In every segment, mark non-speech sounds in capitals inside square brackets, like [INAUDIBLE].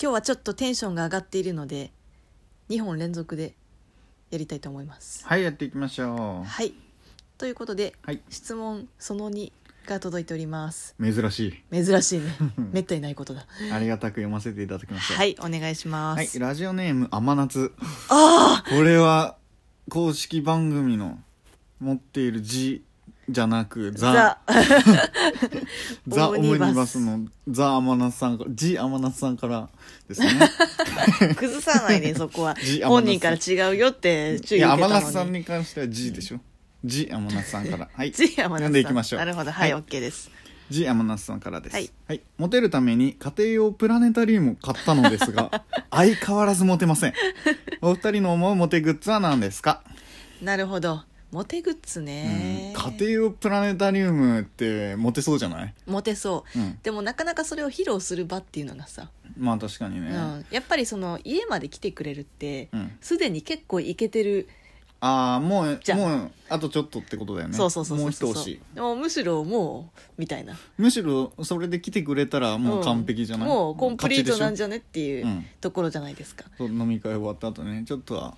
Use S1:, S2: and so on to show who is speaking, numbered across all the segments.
S1: 今日はちょっとテンションが上がっているので2本連続でやりたいと思います。
S2: はいやっていきましょ
S1: はいということで、
S2: はい
S1: 質問その2が届いております。
S2: う珍し
S1: 珍しいね
S2: [LAUGHS]
S1: めったにないことだ。
S2: いありがたく読ませていただきました
S1: はいお願いします。
S2: はいラジオネーム天夏
S1: あ
S2: これは公式番組の持っている字じゃなく
S1: あ
S2: ザ・
S1: ザオ
S2: ザ・オ
S1: ム
S2: ム
S1: ニ
S2: ニ
S1: バ
S2: バ
S1: ス
S2: スのザ・天夏さんから字天夏さんからで
S1: [LAUGHS]
S2: すね
S1: 崩さないでそこ
S2: [LAUGHS]
S1: は
S2: ジ
S1: 本人か
S2: 天
S1: ら違
S2: 夏
S1: うよって注
S2: い
S1: 意
S2: や
S1: 受け
S2: 天
S1: た
S2: 夏
S1: の
S2: さん
S1: に。
S2: に関しては字でしょ字天夏さんから
S1: [LAUGHS]
S2: はい
S1: ジ山田さ
S2: 読んでいきましょう
S1: なるほどはい、
S2: は
S1: OK です。
S2: ジ・アマナスさんからです、
S1: は
S2: はいいモテるために家庭用プラネタリウムを買ったので
S1: [LAUGHS]
S2: すが相変わらずモテませんお二人の思うモテグッズは何ですか、
S1: なるほどモテグッズね、
S2: うん、家庭用プラネタリウムってモテそうじゃない、
S1: モテそう
S2: うん、
S1: でもなかなかそれを披露する場っていうのがさ、
S2: まあ確かに
S1: う
S2: ね、
S1: ん、やっぱりその家まで来てくれるって
S2: うん
S1: すで、に結構イケてる、
S2: ああもう
S1: じゃあ
S2: もうあとちょっとってことだよね
S1: そうそうそうそうそう
S2: もう一押し
S1: もうむしろもうみたいな
S2: むしろそれで来てくれたらもう完璧じゃない、
S1: んもうコンプリートなんじ
S2: ゃ
S1: ゃねっていう
S2: うん
S1: ところじゃないですか、
S2: 飲み会終わった後ねちょっとは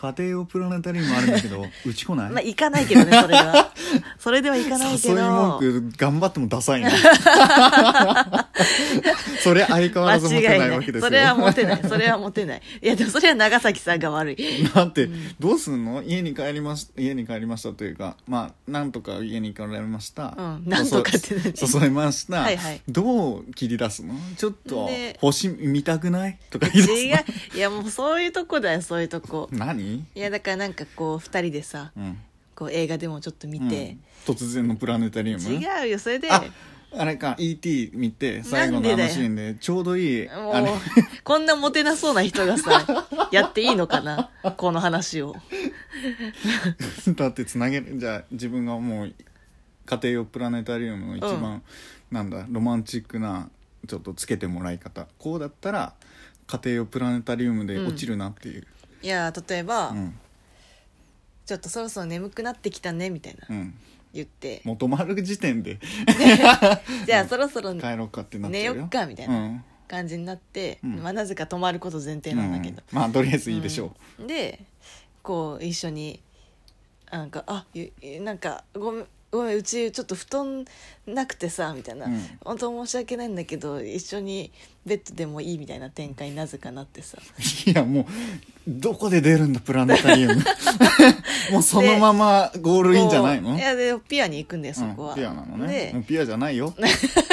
S2: 家庭用プラネタリウムあるんだ
S1: [LAUGHS]
S2: けどうち来ない
S1: まあ行かないけ
S2: [LAUGHS]
S1: どねそれではそれでは行かないけ
S2: 誘い
S1: ど
S2: 文句頑張ってもダ
S1: [LAUGHS]
S2: サいなそれ相変わ
S1: 間
S2: らずモ
S1: 違い
S2: テない
S1: な
S2: わ
S1: い
S2: けですよ
S1: それはモテないそれはモテないいやでもそれは長崎さんが悪い
S2: だってどうすんの家に帰りまし家に帰りましたというかまあなんとか家に帰られました、
S1: うんなんとかって何
S2: 誘いました
S1: はいはい
S2: どう切り出すのちょっと
S1: で
S2: 星見たくないとか言い出す
S1: 違ういやもうそういうとこだよそういうとこ
S2: の何、
S1: いやだからなんかこう2人でさ
S2: うん
S1: こう映画でもちょっと見て、
S2: うん突然のプラネタリウム
S1: 違うよそれで
S2: ああれか ET 見て最後の
S1: な
S2: あ
S1: んでだ
S2: の
S1: よ
S2: シーンでちょうどいい
S1: も
S2: あれ
S1: うこんなモテなそうな人が
S2: [LAUGHS]
S1: さやっていいのかなこの話を
S2: だってつなげるじゃあ自分がもう家庭用プラネタリウムの一番、なんだロマンチックなちょっとつけてもらい方こうだったら家庭用プラネタリウムで落ちるなっていう
S1: いや例えば、
S2: うん
S1: ちょっとそろそろ眠くなってきたねみたいな
S2: うん、
S1: 言って
S2: 元丸時点で
S1: じゃあそろそろ
S2: 帰ろうかってなっ
S1: 寝
S2: ちゃ
S1: よ
S2: うよ
S1: っかみたい
S2: うん
S1: な、感じになって、
S2: うん
S1: まあ、なぜか泊まること前提なんだけど、
S2: うんまあとりあえずいいでしょう、
S1: うんでこう一緒になんか「あゆゆなんかごめんごめんうちちょっと布団なくてさ」みたいな、
S2: うん
S1: 本当申し訳ないんだけど一緒にベッドでもいい」みたいな展開になぜかなってさ
S2: いやもうどこで出るんだプラネタ
S1: [LAUGHS]
S2: リウムもうそのままゴールインじゃないの
S1: こういやでピアに行くんだよそこは、
S2: うん、ピアなのねもう
S1: で
S2: ピアじゃな
S1: [LAUGHS]
S2: いよ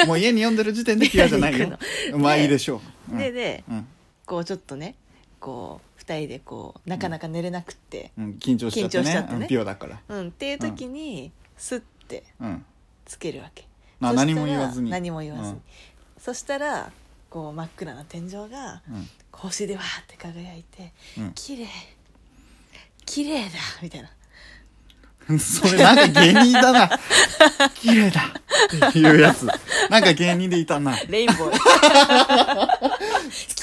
S2: もう家に読んでる時点でピアじゃない
S1: ピアに
S2: よ
S1: 行くの
S2: まあ
S1: で
S2: いいでしょう、うん、
S1: でで
S2: うん
S1: こうちょっとねこう二人でこうなかなか寝れなくって、
S2: うん、緊張しちゃって
S1: 緊張
S2: ね
S1: しちゃってね
S2: うんピアだから、
S1: うんっていう時に、スッて
S2: うん、
S1: つけるわけ
S2: まあ
S1: そしたら
S2: 何も言わずに
S1: 何も言わずに、
S2: うん
S1: そしたらこう真っ暗な天井が
S2: うん
S1: 星でわーって輝いて
S2: うん
S1: 綺麗綺麗だみたいな
S2: それなんか [LAUGHS] 芸人
S1: [LAUGHS]
S2: だな綺麗だっていうやつなんか芸人でいたな
S1: レインボー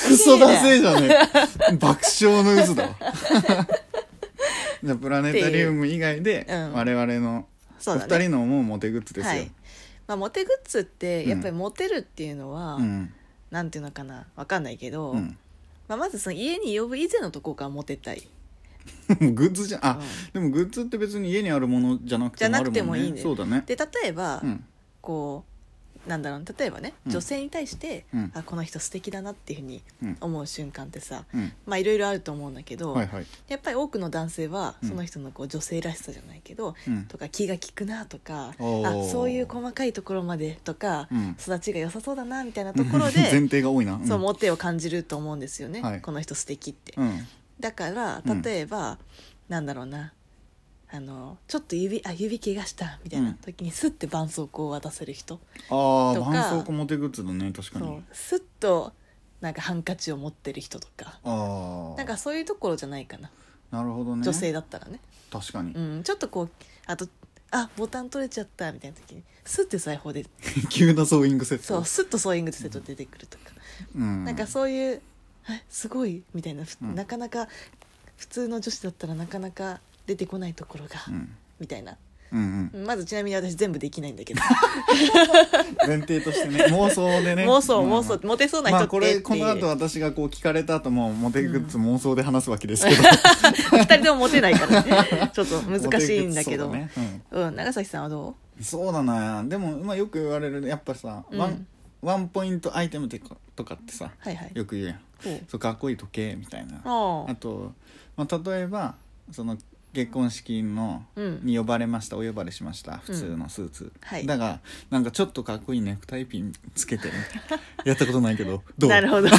S2: クソダセえじゃねえ爆笑の渦だわじゃあプラネタリウム以外で
S1: ていううん
S2: 我々の
S1: [LAUGHS] そ
S2: お
S1: うだね
S2: 二人の思うモテグッズですよ、
S1: はいまあ、モテグッズってやっぱりモテるっていうのは、
S2: うん
S1: なんていうのかなわかんないけど、
S2: うん
S1: まあ、まずその家に呼ぶ以前のとこからモテたい
S2: もう [LAUGHS] グッズじゃんあ、
S1: うん
S2: でもグッズって別に家にあるものじゃなくてもあるもんね
S1: じゃなくてもいいんだよ
S2: そうだね
S1: で例えば、
S2: うん
S1: こうなんだろう例えばね
S2: うん
S1: 女性に対して、
S2: うん
S1: あこの人素敵だなっていうふうに
S2: うん
S1: 思う瞬間ってさ、
S2: うん
S1: まあいろいろあると思うんだけど、
S2: はいはい
S1: やっぱり多くの男性は
S2: うん
S1: その人のこう女性らしさじゃないけど、
S2: うん
S1: とか気が利くなとかあ
S2: おー
S1: そういう細かいところまでとか、
S2: うん
S1: 育ちが良さそうだなみたいなとこ
S2: [LAUGHS]
S1: ろで
S2: 前提が多いな
S1: そう
S2: っ
S1: モテを感じると思うんですよね、
S2: はい
S1: この人素敵って。
S2: うん、うん
S1: だから
S2: うん
S1: 例えば、なんだろうなあのちょっと指あ指怪我したみたいな時にスッて絆創膏を渡せる人、
S2: ああ
S1: とか
S2: 絆創膏モテグッズだね確か
S1: そ
S2: に
S1: うスッとなんかハンカチを持ってる人とか
S2: ああ
S1: なんかそういうところじゃないかな、
S2: なるほどね
S1: 女性だったらね、
S2: 確かに、 [LAUGHS]
S1: うん、ちょっとこうあとあボタン取れちゃったみたいな時にスッて裁縫で
S2: 急なソーイングセット
S1: そうスッとソーイングセット出てくるとか、
S2: うん、
S1: なんかそういうえすごいみたいな、ふ
S2: うん
S1: なかなか普通の女子だったらなかなか出てこないところが、
S2: うん
S1: みたいな
S2: うんうん
S1: まずちなみに私全部できないんだけ
S2: [LAUGHS]
S1: ど、
S2: 前提として
S1: [LAUGHS]
S2: ね妄想でね
S1: 妄想
S2: まあ
S1: 妄想モテそうな
S2: ま
S1: 人
S2: あ
S1: って
S2: こ
S1: ってい
S2: れ
S1: う、
S2: この後私がこう聞かれた後もモテグッズ妄想で話すわけですけど、
S1: [LAUGHS] 二人ともモテないから
S2: [LAUGHS]
S1: ねちょっと [LAUGHS] 難しいんだけど
S2: モ
S1: う,、
S2: テグッズそうだね
S1: ん長崎さんはど
S2: うんそうだなでも、まあ、よく言われるやっぱさ、ワ
S1: う
S2: ン
S1: ん
S2: ワンポイントアイテムってかとかってさ
S1: うはいはい
S2: よく言うやん
S1: ほう
S2: そうかっこいい時計みたいな
S1: あ
S2: あと、まあ、例えばその結婚式の
S1: うん
S2: に呼ばれました、お呼ばれしました普通のスーツ、
S1: はい
S2: だがなんかちょっとかっこいいネクタイピンつけてね [LAUGHS] やったことないけどどう
S1: なる
S2: [LAUGHS]
S1: ほどな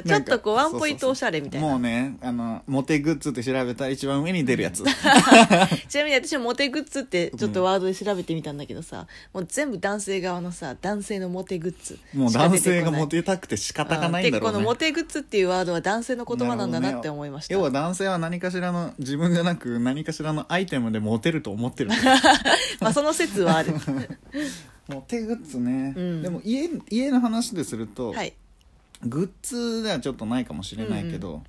S1: んかちょっとこうワンポイントおしゃれみたいな
S2: もうねあのモテグッズって調べたら一番上に出
S1: [LAUGHS]
S2: るやつ
S1: ちなみに私もモテグッズってちょっとワードで調べてみたんだけどさ、もう全部男性側のさ男性のモテグッズ
S2: もう
S1: しか
S2: 男
S1: 出て
S2: 性
S1: こ
S2: が
S1: ない
S2: モテたくて仕方がないんだろ
S1: 結
S2: う
S1: 構の
S2: ね
S1: モテグッズっていうワードは男性の言葉なんだなって思いました、
S2: なるほどね要は男性は何かしらの自分じゃなく何かしらのアイテムでモテると思ってる
S1: [LAUGHS] まあその説はあ
S2: [LAUGHS]
S1: る
S2: モテグッズね、
S1: うん
S2: でも家家の話ですると、
S1: はい
S2: グッズではちょっとないかもしれないけど、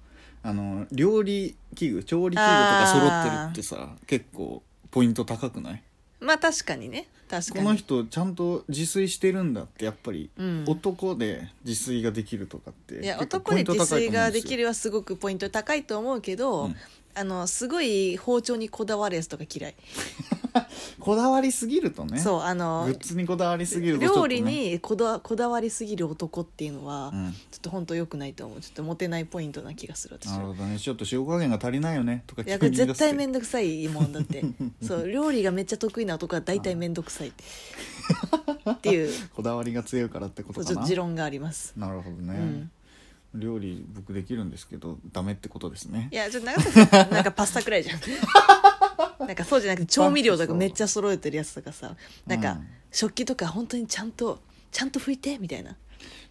S2: あの料理器具調理器具とか揃ってるってさ結構ポイント高くない
S1: まあ確かにね確か
S2: こ
S1: に
S2: の人ちゃんと自炊してるんだってやっぱり、
S1: うん
S2: 男で自炊ができるとかって
S1: いや
S2: 結
S1: 男
S2: 構
S1: で自炊がで
S2: ポイント高いと思うんすよ
S1: きるはすごくポイント高いと思うけど、
S2: うん
S1: あのすごい包丁にこだわるやつとか嫌い、
S2: こだわりすぎるとね
S1: そうあの
S2: グッズにこだわりすぎるとちょっと
S1: 料
S2: ね
S1: 理にこだわこだわりすぎる男っていうのは、
S2: うん
S1: ちょっと本当良くないと思うちょっとモテないポイントな気がする私
S2: なるほ
S1: は
S2: どねちょっと塩加減が足りないよねとか
S1: いや
S2: 急
S1: これ
S2: に言い出
S1: 絶
S2: すって
S1: 対面倒くさいもんだって
S2: [LAUGHS]
S1: そう料理がめっちゃ得意な男は大体面倒くさいっていう
S2: こだわりが強いからってこ
S1: そ
S2: と
S1: うち
S2: か
S1: ょっ
S2: な
S1: と持論があります
S2: なるほどね、料理僕できるんですけどダメってことですね
S1: いやちょっと長崎さんなんかパスタくらいじゃ
S2: [LAUGHS]
S1: んなんかそうじゃなくて調味料とかめっちゃ揃えてるやつとかさなん
S2: う
S1: か
S2: ん
S1: 食器とか本当にちゃんとちゃんと拭いてみたいな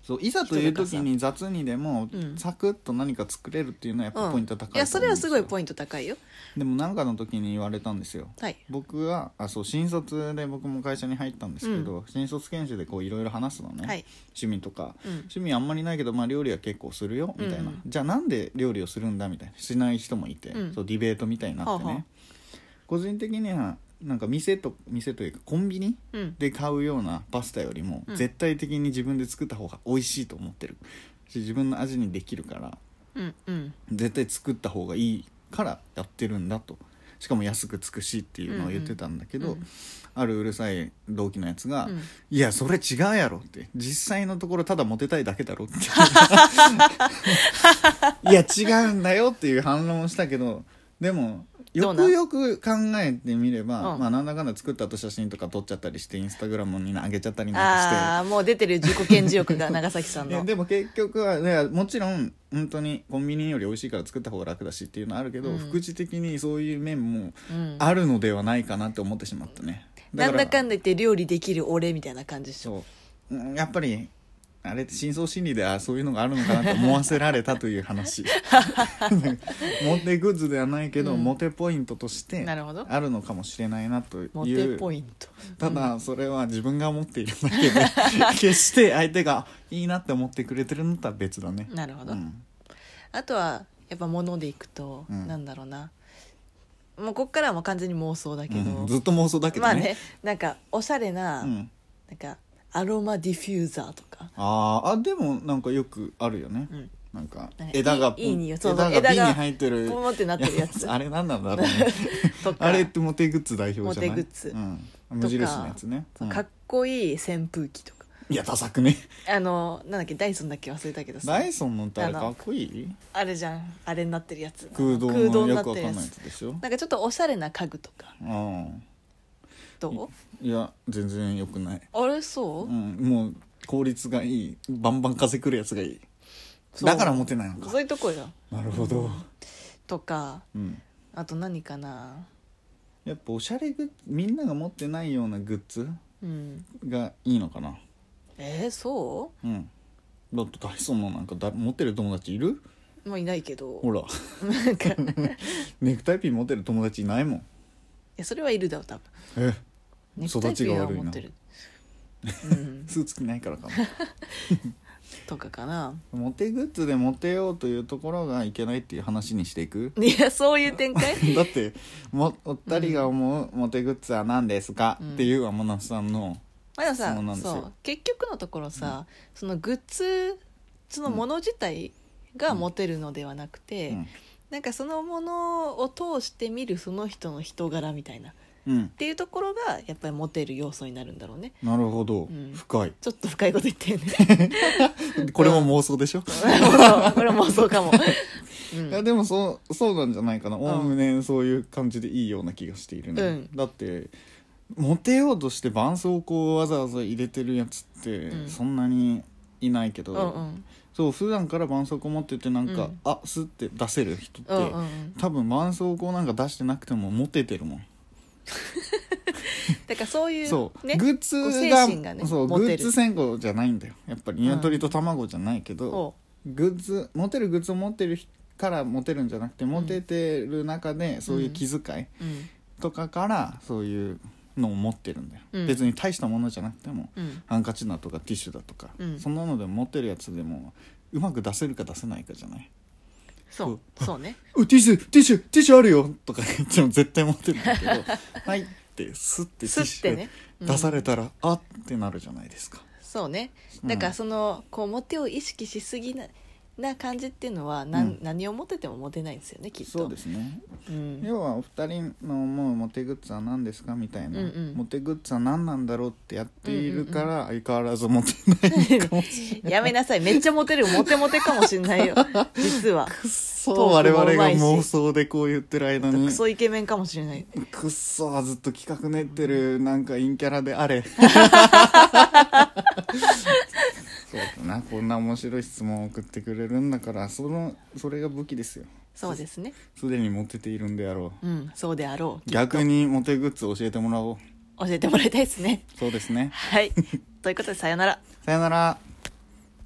S2: そういざという時に雑にでも
S1: うん
S2: サクッと何か作れるっていうのはやっ
S1: う
S2: ぱ
S1: ん
S2: ポイント高いと思うんです
S1: いやそ
S2: よ、
S1: れはすごいポイント高いよ
S2: でも何かの時に言われたんですよ
S1: はい
S2: 僕はあそう新卒で僕も会社に入ったんですけど、新卒研修でこういろいろ話すのね、
S1: はい
S2: 趣味とか、
S1: うん
S2: 趣味あんまりないけど、まあ、料理は結構するよみたいな、
S1: うん
S2: じゃあなんで料理をするんだみたいなしない人もいて、
S1: うん
S2: そうディベートみたいになってね、
S1: はあはあ
S2: 個人的にはなんか店と店というかコンビニ
S1: うん
S2: で買うようなパスタよりも
S1: うん
S2: 絶対的に自分で作った方が美味しいと思ってるし自分の味にできるから
S1: うんうん
S2: 絶対作った方がいいからやってるんだとしかも安くつくしっていうのを言ってたんだけど、
S1: うんうんうん
S2: あるうるさい同期のやつが
S1: う
S2: 「
S1: ん
S2: いやそれ違うやろ」って実際のところただモテたいだけ
S1: [LAUGHS]
S2: だろっていや違うんだよっていう反論をしたけどでも
S1: どう
S2: よ
S1: なん
S2: くよく考えてみれば、
S1: うん
S2: まあなんだかんだ作った後写真とか撮っちゃったりしてインスタグラムに上げちゃったりなんかして
S1: ああもう出てる自己顕示欲が長崎さ
S2: [LAUGHS]
S1: ん
S2: ね
S1: の
S2: でも結局は、ね、もちろん本当にコンビニより美味しいから作った方が楽だしっていうのはあるけど、
S1: うん
S2: 副次的にそういう面も
S1: うん
S2: あるのではないかなって思ってしまったね、
S1: なんだかんだ
S2: だ
S1: 言って料理できる俺みたいな感じでしょ
S2: そううんやっぱりあれって深層心理であそういうのがあるのかなって思わせられたという
S1: [LAUGHS]
S2: 話モテグッズではないけど、
S1: うん
S2: モテポイントとして
S1: なるほど
S2: あるのかもしれないなという
S1: モテポイント
S2: ただそれは自分が思っているだけで
S1: [LAUGHS]
S2: 決して相手がいいなって思ってくれてるのとは別だね
S1: なるほど、
S2: うん
S1: あとはやっぱ物でいくと、
S2: うん
S1: なんだろうなもうこっからはもう完全に妄想だけど、
S2: うんずっと妄想だけど
S1: まあ
S2: ね,、
S1: ねなんかおしゃれな、
S2: うん、
S1: なんかアロマディフューザーとか、
S2: あーあでもなんかよくあるよね、
S1: うん、
S2: なんか
S1: なんか
S2: 枝が
S1: いいいい匂いそう
S2: 枝
S1: そう
S2: が
S1: 枝
S2: 瓶に
S1: が
S2: 入ってる
S1: ポモってなってるやつ
S2: [LAUGHS] あれ何なんだろう
S1: [LAUGHS]
S2: ね
S1: とか
S2: あれってモテグッズ代表じゃない
S1: モテグッズ
S2: うん、無印のやつね、うん
S1: かっこいい扇風機とか
S2: いやダサく
S1: [LAUGHS]
S2: ね
S1: あのなんだっけダイソンだっけ忘れたけどさ
S2: ダイソンのってあれかっこいい
S1: あれじゃんあれになってるやつ
S2: 空洞
S1: 空洞
S2: の
S1: に
S2: よ
S1: なっ
S2: くわ
S1: て
S2: か
S1: る
S2: ん
S1: や
S2: ないや
S1: つ
S2: つでしょ
S1: なんかちょっとおしゃれな家具とか
S2: うん
S1: どう
S2: いや全然よくない
S1: あれそう,、
S2: うん、もう効率がいいバンバン風くるやつがいい
S1: そう
S2: だからモテないのか
S1: そういうとこじゃん
S2: なるほど、
S1: とか
S2: うん、
S1: あと何かな
S2: やっぱおしゃれグッズみんなが持ってないようなグッズ
S1: うん
S2: がいいのかな
S1: えー、そ
S2: うんだってダイソンのなんかだ持ってる友達いる
S1: うもういないけど
S2: ほら
S1: なんかい
S2: ネクタイピン持ってる友達いないもん
S1: やそれはいるだろう多分
S2: え
S1: ネクタイピンは持ってる、うん、
S2: スーツ着ないからかも
S1: とかかな
S2: モテグッズでモテようというところがいけないっていう話にしていく
S1: いやそういう展
S2: [LAUGHS]
S1: 開
S2: だってもお二人が思うモテグッズは何ですか、
S1: うん
S2: っていう天野さんの
S1: まあでもさ
S2: そうなんですよ
S1: そう結局のところさ、そのグッズそのもの自体がモテるのではなくて、
S2: うん、
S1: なんかそのものを通して見るその人の人柄みたいなっ
S2: うん、
S1: ていうところがやっぱりモテる要素になるんだろうね
S2: なるほど、
S1: ん
S2: 深い
S1: ちょっと深いこと言ってるね
S2: [LAUGHS] これも妄想でしょ、
S1: これもそうかも、う
S2: いや
S1: ん、
S2: でもそうそうなんじゃないかなおおむねそういう感じでいいような気がしているね、
S1: うん
S2: だってモテようとして絆創膏をわざわざ入れてるやつって
S1: うん
S2: そんなにいないけど、
S1: うんうん
S2: そう普段から絆創膏持っててなんか、
S1: うん
S2: あすって出せる人って、
S1: うんうんうん
S2: 多分絆創膏なんか出してなくてもモテてるもん
S1: だからそういう
S2: そう、
S1: ね
S2: グッズ
S1: こう精
S2: が
S1: 神がね
S2: そう
S1: モ
S2: グ
S1: テる
S2: ッズ戦後じゃないんだよやっぱり鶏と卵じゃないけど、
S1: そ、
S2: グッズモテるグッズを持ってる人からモテるんじゃなくてモテてる中でそういう気遣いう
S1: うん
S2: とかからそういうのを持ってるんだよ、
S1: うん
S2: 別に大したものじゃなくても
S1: うん、
S2: ハンカチだとかティッシュだとか、
S1: うん
S2: そんなのでも持ってるやつでもうまく出せるか出せないかじゃない
S1: そうそうね
S2: 「うティッシュティッシュティッシュあるよ!」とか言っても絶対持ってるん
S1: [LAUGHS]
S2: だけど「はい」ってスッてティ
S1: す
S2: ッ
S1: っ
S2: シ
S1: て
S2: ュ
S1: ねうん
S2: 出されたら、あってなるじゃないですか
S1: そうね
S2: うん
S1: だからそのこうモテを意識しすぎなな感じっていうのはなん、
S2: うん
S1: 何をモテてもモテないんですよねきっと
S2: そうですね
S1: うん、
S2: 要はお二人の思うモテグッズは何ですかみたいな、
S1: うんうん
S2: モテグッズは何なんだろうってやっているから、相変わらずモテないかもし
S1: [LAUGHS]
S2: れない
S1: やめなさいめっちゃモテるモテモテかもしんないよ
S2: [LAUGHS]
S1: 実は
S2: くっそ
S1: トー
S2: 我
S1: ク
S2: 々
S1: もう
S2: が
S1: まいし
S2: 妄想でこう言ってる間に
S1: クソイケメンかもしれない
S2: くっそはずっと企画練ってるなんか陰キャラで
S1: [LAUGHS]
S2: あれそうだなこんな面白い質問を送ってくれるんだからそのそれが武器ですよ
S1: そうですね
S2: すでにモテているんであろ
S1: うんそうであろ
S2: う逆にモテグッズ教えてもらおう
S1: う教えてもらいたいですね
S2: そうですね [LAUGHS]
S1: はいということでさよなら
S2: さよなら